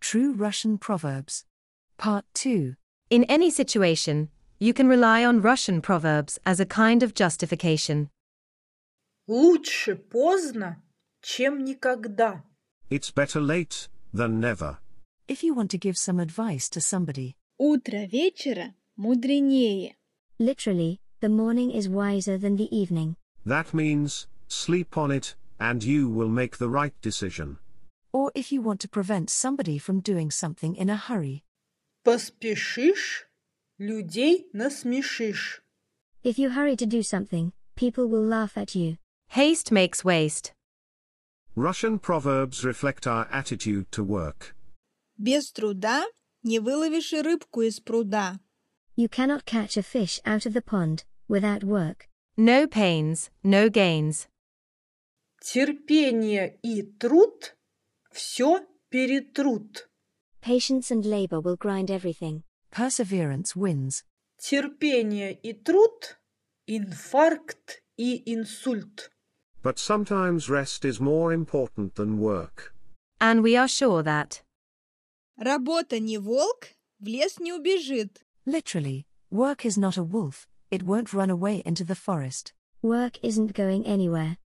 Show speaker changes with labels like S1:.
S1: True Russian Proverbs. Part 2.
S2: In any situation, you can rely on Russian proverbs as a kind of justification.
S3: Лучше поздно, чем никогда.
S4: It's better late than never.
S1: If you want to give some advice to somebody,
S5: Утро вечера мудренее.
S6: Literally, the morning is wiser than the evening.
S4: That means, sleep on it, and you will make the right decision.
S1: or if you want to prevent somebody from doing something in a hurry,
S3: Поспешишь, людей насмешишь.
S6: If you hurry to do something, people will laugh at you.
S2: Haste makes waste.
S4: Russian proverbs reflect our attitude to work.
S5: Без труда не выловишь и рыбку из пруда.
S6: You cannot catch a fish out of the pond without work.
S2: No pains, no gains.
S3: Терпение и труд все перетрут.
S6: Patience and labor will grind everything.
S1: perseverance wins.
S3: Терпение и труд, инфаркт и инсульт.
S4: But sometimes rest is more important than work.
S2: And we are sure that.
S5: Работа не волк, в лес не убежит.
S1: Literally, work is not a wolf, it won't run away into the forest.
S6: Work isn't going anywhere,